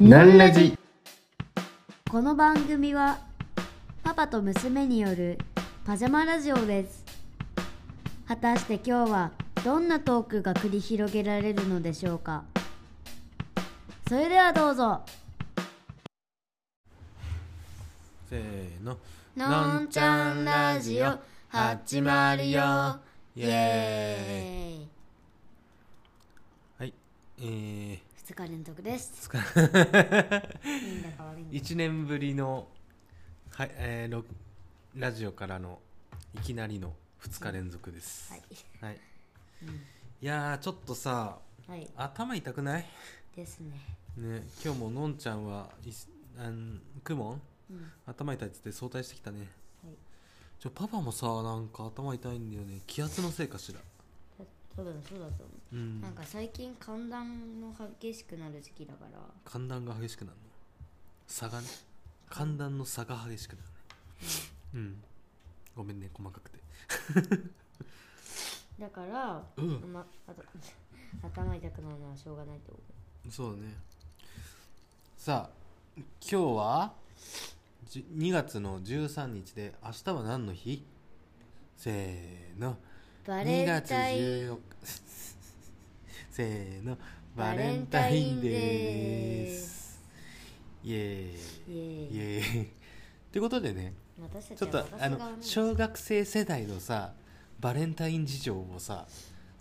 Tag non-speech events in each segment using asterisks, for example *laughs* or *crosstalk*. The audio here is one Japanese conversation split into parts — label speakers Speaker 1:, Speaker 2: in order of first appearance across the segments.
Speaker 1: なんラジ
Speaker 2: この番組はパパと娘によるパジャマラジオです果たして今日はどんなトークが繰り広げられるのでしょうかそれではどうぞ
Speaker 3: せーの。
Speaker 2: なんちゃんラジオ始まるよ
Speaker 3: イ
Speaker 2: イ
Speaker 3: エーイ
Speaker 2: エーイ
Speaker 3: はい。えー、
Speaker 2: 2日連続です
Speaker 3: *laughs*
Speaker 2: いいんだか悪いんだ
Speaker 3: 1年ぶりの、はいえーろ、ラジオからのいきなりの2日連続です。
Speaker 2: はい
Speaker 3: はい。いやー、ちょっとさ、
Speaker 2: はい
Speaker 3: 頭痛くない
Speaker 2: ですね
Speaker 3: ね、今日ものんちゃんはいすあんくもん
Speaker 2: うん
Speaker 3: 頭痛いっつって早退してきたね。
Speaker 2: はい
Speaker 3: ちょパパもさなんか頭痛いんだよね気圧のせいかしら
Speaker 2: 多分そうだと思
Speaker 3: う
Speaker 2: うんなんか最近寒暖の激しくなる時期だから
Speaker 3: 寒暖が激しくなるの差がね寒暖の差が激しくなるねうんごめんね細かくて
Speaker 2: だから、
Speaker 3: うん
Speaker 2: まあと *laughs* 頭痛くなるのはしょうがないと思う
Speaker 3: そうだねさあ今日はじ2月の13日で明日は何の日せーの
Speaker 2: バレ
Speaker 3: 2
Speaker 2: ン
Speaker 3: 月
Speaker 2: タイン
Speaker 3: 14日せーの
Speaker 2: バ
Speaker 3: バ
Speaker 2: レ
Speaker 3: レ
Speaker 2: ン
Speaker 3: ン
Speaker 2: タ
Speaker 3: タ
Speaker 2: イ
Speaker 3: イ
Speaker 2: ン
Speaker 3: ン
Speaker 2: デ
Speaker 3: で
Speaker 2: ー
Speaker 3: すイエー
Speaker 2: イエ
Speaker 3: イ
Speaker 2: ーイ
Speaker 3: イエーイってことでね
Speaker 2: 私たち
Speaker 3: ちょっと
Speaker 2: は
Speaker 3: あの
Speaker 2: 若さが
Speaker 3: 小学生世代のさバレンタイン事情をさ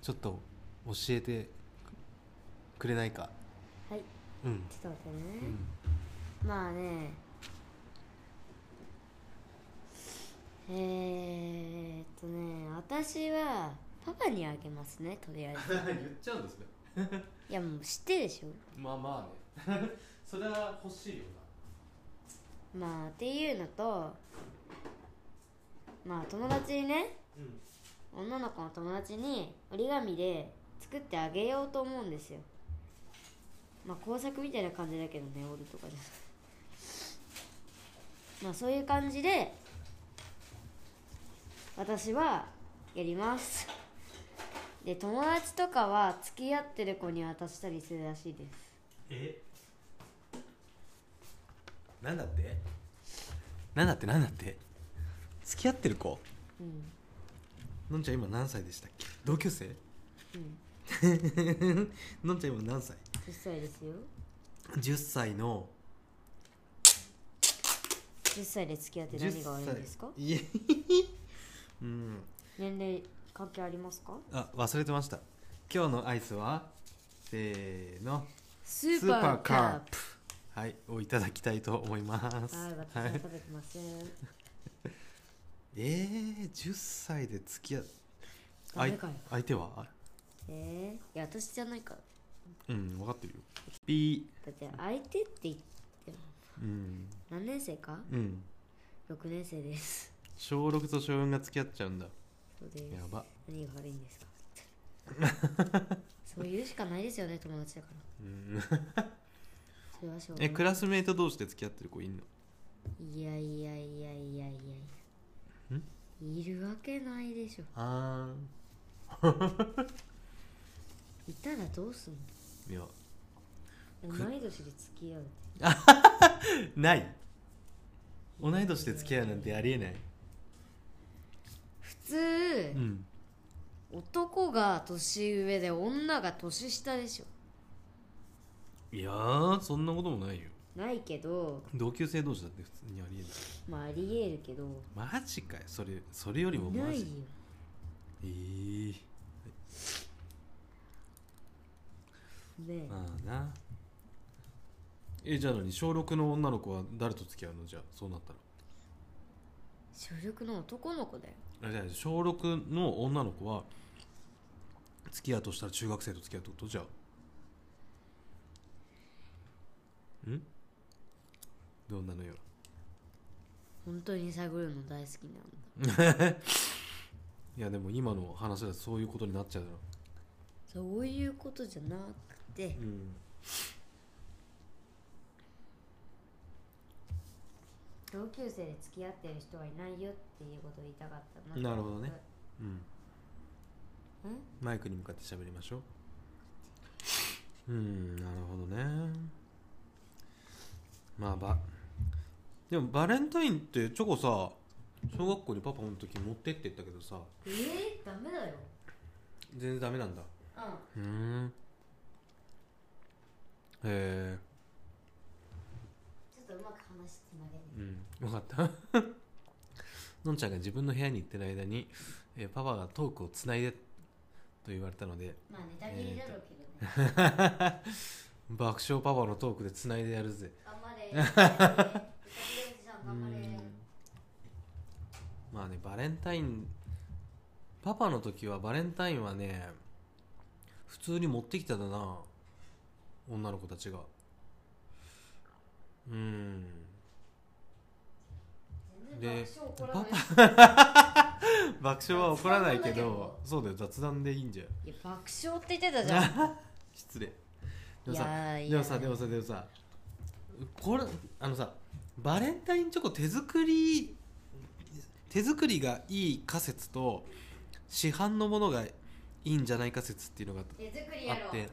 Speaker 3: ちょっと教えてくれないか
Speaker 2: はいち
Speaker 3: *laughs* うん、
Speaker 2: ょっと待って
Speaker 3: う
Speaker 2: ね、
Speaker 3: ん、
Speaker 2: まあねえー、っとね私はパパにあげますねとりあえ
Speaker 3: *laughs*
Speaker 2: ず
Speaker 3: 言っちゃうんですね
Speaker 2: いやもう知ってるでしょ
Speaker 3: まあまあね *laughs* それは欲しいよ
Speaker 2: まあっていうのとまあ友達にね
Speaker 3: なうん
Speaker 2: 女の子の友達に折り紙で作ってあげようと思うんですよまあ工作みたいな感じだけどね折るとかじゃなくてまあそういう感じで私はやりますで友達とかは付き合ってる子に渡したりするらしいです
Speaker 3: えなんだってなんだってなんだって付き合ってる子
Speaker 2: うん
Speaker 3: のんちゃん今何歳でしたっけ同級生 *laughs*
Speaker 2: うん
Speaker 3: のんちゃん今何歳
Speaker 2: 10歳ですよ
Speaker 3: 10歳の
Speaker 2: 10歳で付き合って何が悪いんですか
Speaker 3: 10歳いえうん
Speaker 2: 年齢関係ありますか
Speaker 3: あ忘れてました今日のアイスはせーの
Speaker 2: スーパーカープ
Speaker 3: プはいをいただきたいと思います
Speaker 2: はい、私
Speaker 3: は
Speaker 2: はい食べてません。
Speaker 3: えー、10歳で付き合う
Speaker 2: ダメかよ
Speaker 3: あい相手は
Speaker 2: えー、いや、私じゃないから。
Speaker 3: うん分かってるよピ
Speaker 2: だって、相手って言っても、
Speaker 3: ーうん
Speaker 2: 何年生か
Speaker 3: うん
Speaker 2: ?6 年生です。
Speaker 3: 小6と小4が付き合っちゃうんだ
Speaker 2: そうです。
Speaker 3: やば
Speaker 2: 何が悪いんですか
Speaker 3: *laughs*
Speaker 2: そういうしかないですよね、友達だから。
Speaker 3: うん
Speaker 2: それはしょうが
Speaker 3: え
Speaker 2: な
Speaker 3: クラスメート同士で付き合ってる子いんの
Speaker 2: い。いやいやいやいやいや
Speaker 3: ん
Speaker 2: いるわけないでしょ。
Speaker 3: あ
Speaker 2: いたらどうすんの
Speaker 3: いや
Speaker 2: 同い年で付き合うって。
Speaker 3: ない同い年で付き合うなんてありえない
Speaker 2: 普通
Speaker 3: う、ん
Speaker 2: 男が年上で女が年下でしょ。
Speaker 3: いやーそんなこともないよ
Speaker 2: ないけど、
Speaker 3: 同級生同士だって普通にありえない
Speaker 2: まあありえるけど
Speaker 3: マジかよそれそれよりも
Speaker 2: な
Speaker 3: マ
Speaker 2: い
Speaker 3: ジ
Speaker 2: よ
Speaker 3: ええ
Speaker 2: ね
Speaker 3: まあなえじゃあ何小6の女の子は誰と付き合うのじゃあそうなった
Speaker 2: 小力の男の子だよ
Speaker 3: らあじゃあ小6の女の子は付き合うとしたら中学生と付き合うってことじゃあんどうなのよ
Speaker 2: 本当に探るの大好きなんだ
Speaker 3: いやでも今の話だとそういうことになっちゃうだろ
Speaker 2: そういうことじゃなくて
Speaker 3: うん
Speaker 2: 同級生で付き合ってる人はいないよっていうことを言いたかった
Speaker 3: なるほどねうん
Speaker 2: うん
Speaker 3: マイクに向かって喋りましょううんなるほどねまあばでもバレンタインってチョコさ小学校にパパの時持ってって言ったけどさ
Speaker 2: えー、ダメだよ
Speaker 3: 全然ダメなんだ
Speaker 2: う
Speaker 3: ふ
Speaker 2: ん
Speaker 3: ーんへえ
Speaker 2: ちょっとうまく話つなげる
Speaker 3: うん分かった *laughs* のんちゃんが自分の部屋に行ってる間に、えーパパがトークをつないでと言われたので
Speaker 2: まあネタ切りだろうけどね、
Speaker 3: 爆笑パパのトークでつないでやるぜ
Speaker 2: 頑
Speaker 3: *laughs*
Speaker 2: 張れ頑張れおじさん頑張れ
Speaker 3: まあねバレンタインパパの時はバレンタインはね普通に持ってきただな女の子たちがうん
Speaker 2: 全然
Speaker 3: で
Speaker 2: 爆笑起こらない
Speaker 3: 爆笑は怒らないけ
Speaker 2: 雑談なんだ
Speaker 3: どそうだよ雑談でいいんじゃん
Speaker 2: いや爆笑って言ってたじゃん
Speaker 3: *laughs* 失礼で
Speaker 2: い
Speaker 3: も
Speaker 2: や
Speaker 3: さ
Speaker 2: ーいや
Speaker 3: でもさでもさでもさこれあのさバレンタインチョコ手作り手作りがいい仮説と市販のものがいいんじゃないか説っていうのが
Speaker 2: 手作り
Speaker 3: あ
Speaker 2: やろ
Speaker 3: って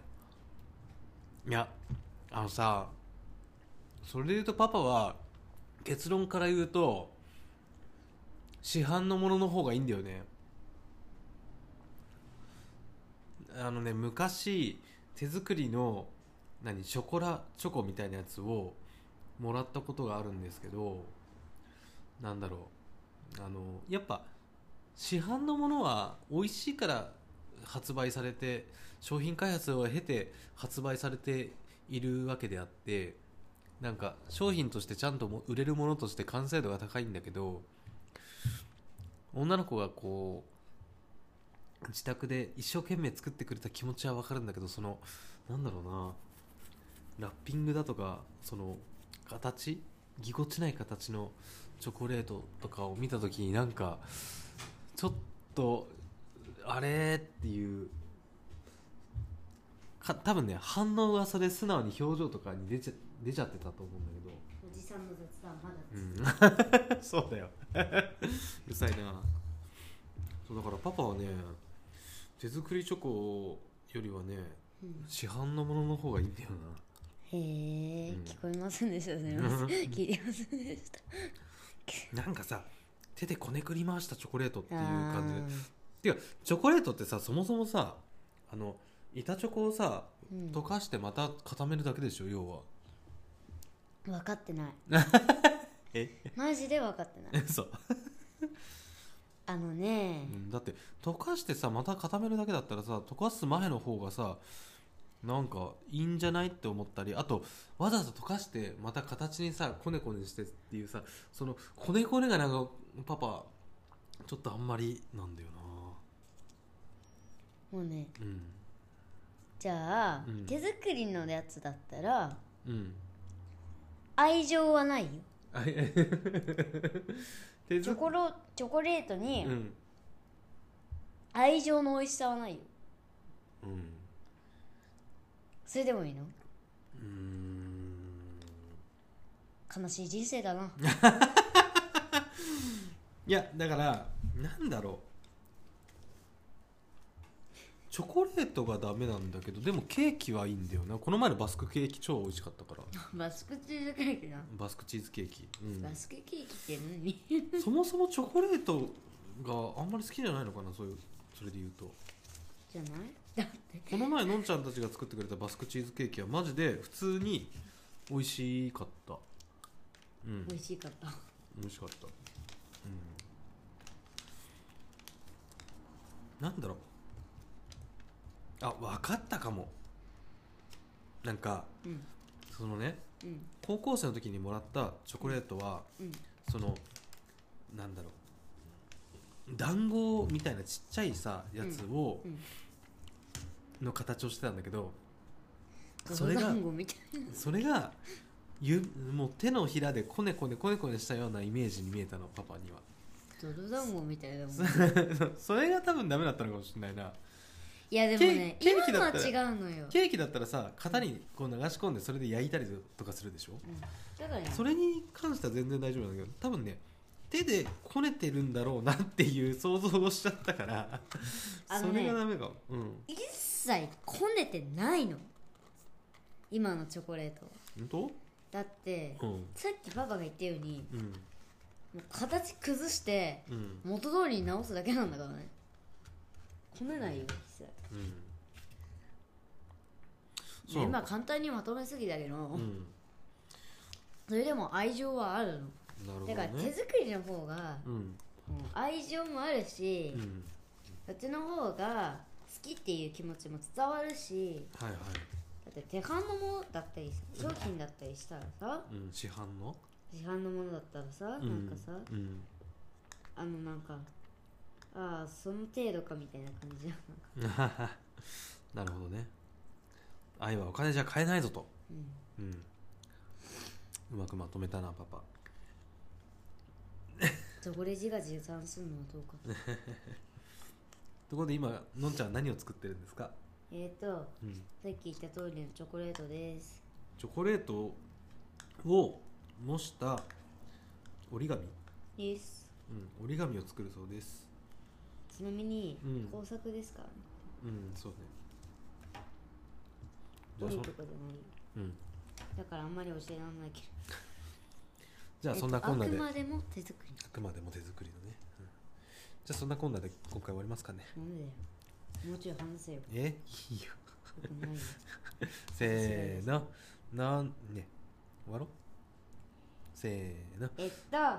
Speaker 3: いやあのさそれで言うとパパは結論から言うと市販のものの方がいいんだよねあのね昔手作りの何ショコラチョコみたいなやつをもらったことがあるんですけどなんだろうあのやっぱ市販のものは美味しいから発売されて商品開発を経て発売されているわけであってなんか商品としてちゃんとも売れるものとして完成度が高いんだけど女の子がこう自宅で一生懸命作ってくれた気持ちはわかるんだけどそのなんだろうなラッピングだとかその形ぎこちない形のチョコレートとかを見た時になんかちょっとあれっていうか多分ね反応がそれ素直に表情とかに出ちゃ出ちゃってたと思うんだけど
Speaker 2: おじさんの雑談まだ
Speaker 3: うん *laughs* そうだようるさいなそうだからパパはね手作りチョコよりはね
Speaker 2: うん
Speaker 3: 市販のものの方がいいんだよ
Speaker 1: へえ、
Speaker 3: うん
Speaker 1: 聞こえませんでしたすみません聞いてませんでした
Speaker 3: ななんかさ手でこねくり回したチョコレートっていう感じで
Speaker 1: あ
Speaker 3: てかチョコレートってさそもそもさあの板チョコをさ
Speaker 1: ーうん
Speaker 3: 溶かしてまた固めるだけでしょ要は
Speaker 1: 分かってない
Speaker 3: え
Speaker 1: マジで分かってない
Speaker 3: *laughs* そう
Speaker 1: あのね
Speaker 3: うんだって溶かしてさまた固めるだけだったらさ溶かす前の方がさなんかいいんじゃないって思ったりあとわざわざ溶かしてまた形にさこねこねしてっていうさそのこねこねがなんかパパちょっとあんまりなんだよ
Speaker 1: もうね
Speaker 3: なうん
Speaker 1: じゃあ、
Speaker 3: うん
Speaker 1: 手作りのやつだったら
Speaker 3: うん
Speaker 1: 愛情はないよ
Speaker 3: あえ手
Speaker 1: チョ
Speaker 3: 作
Speaker 1: コロチョコレート
Speaker 3: り
Speaker 1: に
Speaker 3: うん
Speaker 1: 愛情の美味しさはないよ
Speaker 3: うん
Speaker 1: それでもいいの
Speaker 3: うーん
Speaker 1: 悲しい人生だ
Speaker 3: *laughs*
Speaker 1: ない
Speaker 3: やだからなんだろうチョコレートがダメなんだけどでもケーキはいいんだよなこの前のバスクケーキ超美味しかったから
Speaker 1: バスクチーズケーキな
Speaker 3: バスクチーズケーキ、うん
Speaker 1: バスクケーキって何
Speaker 3: そもそもチョコレートがあんまり好きじゃないのかなそういうそれで言うと
Speaker 1: じゃないだって
Speaker 3: この前のんちゃんたちが作ってくれたバスクチーズケーキはマジで普通に美味しかったうん
Speaker 1: 美味しかった
Speaker 3: 美味しかった、うん、なんだろうあ分かったかもなんか
Speaker 1: うん
Speaker 3: そのね
Speaker 1: うん
Speaker 3: 高校生の時にもらったチョコレートは、
Speaker 1: うん
Speaker 3: そのなんだろう団子みたいなちっちゃいさやつを、
Speaker 1: うん
Speaker 3: の形をしてたんだけどそ
Speaker 1: そ
Speaker 3: れ
Speaker 1: れ
Speaker 3: が
Speaker 1: 団子みたい
Speaker 3: それがゆもう手のひらでこねこねこねこねしたようなイメージに見えたのパパには
Speaker 1: 泥団子みたいだもん
Speaker 3: そ *laughs* それが多分ダメだったのかもしれないない
Speaker 1: やでもね
Speaker 3: ケー
Speaker 1: 今
Speaker 3: キ
Speaker 1: の
Speaker 3: だ
Speaker 1: は
Speaker 3: ったら
Speaker 1: 違うのよ
Speaker 3: ケーキだったらさ型にこう流し込んでそれで焼いたりとかするでしょ
Speaker 1: だからね
Speaker 3: それに関しては全然大丈夫なんだけど多分ね手でこねてるんだろうなっていう想像をしちゃったから、
Speaker 1: あの
Speaker 3: そ
Speaker 1: ね
Speaker 3: れがダメかも、うん
Speaker 1: 一切こねてないの今のチョコレートは
Speaker 3: 本当
Speaker 2: だって
Speaker 3: うん
Speaker 2: さっきパパが言ったように
Speaker 3: うん
Speaker 2: もう形崩して
Speaker 3: うん
Speaker 2: 元通りに直すだけなんだからねこねないよ実際
Speaker 3: うん
Speaker 2: ねまあ簡単にまとめすぎだけど、
Speaker 3: うん
Speaker 2: それでも愛情はあるの
Speaker 3: なるほど
Speaker 2: だから手
Speaker 3: ね
Speaker 2: 作りの方が
Speaker 3: うん
Speaker 2: もう愛情もあるし、
Speaker 3: うん
Speaker 2: そっちの方が好きっていう気持ちも伝わるし
Speaker 3: はいはい
Speaker 2: だって手版のものだったりさ商品だったりしたらさ
Speaker 3: うん市販の
Speaker 2: 市販のものだったらさ、
Speaker 3: な
Speaker 2: なんかさ
Speaker 3: うん
Speaker 2: あのなんかああその程度かみたいな感じじゃんなんか、
Speaker 3: *laughs* なるほどね愛はお金じゃ買えないぞと
Speaker 2: うん
Speaker 3: うんうまくまとめたなパパ
Speaker 2: じゃあこれ自画自賛するのはどうか
Speaker 3: ところで今のんちゃんは何を作ってるんですか、
Speaker 2: えーと
Speaker 3: うん、
Speaker 2: さっき言った通りのチョコレートです
Speaker 3: チョコレートを模した折り紙、
Speaker 2: です
Speaker 3: うん、折り紙を作るそうです
Speaker 2: ちなみに
Speaker 3: うん
Speaker 2: 工作ですからね
Speaker 3: うんそうねじゃあ
Speaker 2: 折
Speaker 3: そ
Speaker 2: るとかじゃない
Speaker 3: うん、
Speaker 2: だからあんまり教えられないけど
Speaker 3: じゃあ
Speaker 2: えっ
Speaker 3: そ
Speaker 2: と
Speaker 3: んなこんなで、
Speaker 2: あくまでも手作り
Speaker 3: あくまでも手作りのね、うんじゃあそんなこんなで今回終わりますかね
Speaker 2: なんでだよもうちょい話せよ
Speaker 3: えいいよ
Speaker 2: ないよ
Speaker 3: せーのなんね終わろうせーの
Speaker 2: えっと
Speaker 3: じゃ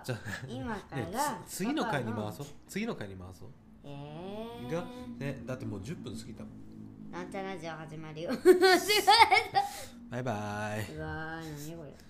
Speaker 2: 今か
Speaker 3: あ、
Speaker 2: ら、
Speaker 3: ね、つ次の回に
Speaker 2: パパ
Speaker 3: 回そう次の回に回そう
Speaker 2: えー、
Speaker 3: が、ね、だってもう10分過ぎたもん *laughs*
Speaker 2: なんちゃらラジオ始まるよ
Speaker 3: バイバイ
Speaker 2: うわー何これ